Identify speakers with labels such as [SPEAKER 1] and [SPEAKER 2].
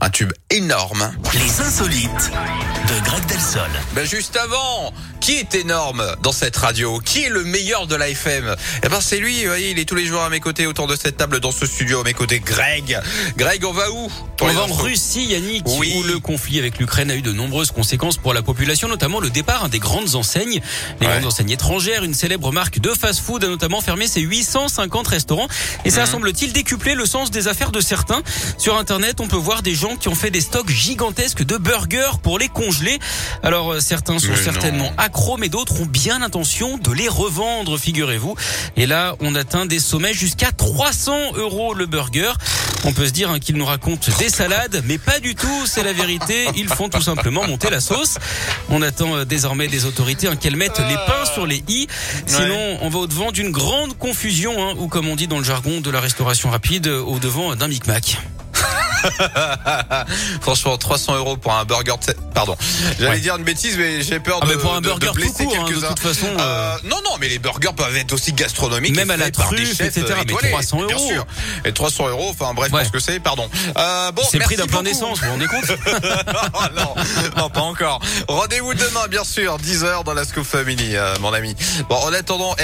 [SPEAKER 1] Un tube énorme.
[SPEAKER 2] Les insolites de Greg Delsol.
[SPEAKER 1] Ben juste avant, qui est énorme dans cette radio Qui est le meilleur de la FM Eh ben c'est lui, vous voyez, il est tous les jours à mes côtés autour de cette table dans ce studio à mes côtés, Greg. Greg, on va où Pour
[SPEAKER 3] On
[SPEAKER 1] les
[SPEAKER 3] va en
[SPEAKER 1] infos.
[SPEAKER 3] Russie, Yannick,
[SPEAKER 1] Oui.
[SPEAKER 3] où le conflit avec l'Ukraine a eu de nombreuses conséquences pour la population, notamment le départ des grandes enseignes, les
[SPEAKER 1] Ouais.
[SPEAKER 3] grandes enseignes étrangères. Une célèbre marque de fast-food a notamment fermé ses 850 restaurants et
[SPEAKER 1] Mhm.
[SPEAKER 3] ça semble-t-il décuplé le sens des affaires de certains. Sur Internet, on peut voir des gens qui ont fait des stocks gigantesques de burgers pour les congeler. Alors euh, certains sont
[SPEAKER 1] Mais non.
[SPEAKER 3] certainement accros, mais d'autres ont bien l'intention de les revendre, figurez-vous. Et là, on atteint des sommets jusqu'à 300 euros le burger. On peut se dire hein, qu'ils nous racontent des salades, mais pas du tout, c'est la vérité. Ils font tout simplement monter la sauce. On attend euh, désormais des autorités hein, qu'elles mettent les pains sur les i. Sinon, on va au-devant d'une grande confusion, hein, ou comme on dit dans le jargon de la restauration rapide, euh, au-devant d'un micmac.
[SPEAKER 1] Franchement, 300 euros pour un burger. de sept- Pardon, j'allais
[SPEAKER 3] Ouais.
[SPEAKER 1] dire une bêtise, mais j'ai peur
[SPEAKER 3] Ah,
[SPEAKER 1] de,
[SPEAKER 3] mais pour un
[SPEAKER 1] de- de
[SPEAKER 3] burger tout
[SPEAKER 1] blesser
[SPEAKER 3] court, hein, de
[SPEAKER 1] quelques-uns.
[SPEAKER 3] toute façon. euh,
[SPEAKER 1] Euh, non, non, mais les burgers peuvent être aussi gastronomiques.
[SPEAKER 3] Même
[SPEAKER 1] et
[SPEAKER 3] à la
[SPEAKER 1] faits par des
[SPEAKER 3] truffe,
[SPEAKER 1] chefs,
[SPEAKER 3] etc.,
[SPEAKER 1] euh,
[SPEAKER 3] mais
[SPEAKER 1] étoilés,
[SPEAKER 3] 300
[SPEAKER 1] Bien
[SPEAKER 3] euros.
[SPEAKER 1] sûr. Et 300 euros, enfin bref,
[SPEAKER 3] Ouais.
[SPEAKER 1] parce que c'est, pardon. Euh, bon,
[SPEAKER 3] C'est le
[SPEAKER 1] merci
[SPEAKER 3] prix d'un plein
[SPEAKER 1] beaucoup.
[SPEAKER 3] d'essence, vous vous rendez compte
[SPEAKER 1] Oh, non, non, pas encore. Rendez-vous demain, bien sûr, 10h dans la Scoop Family, euh, mon ami. Bon, en attendant,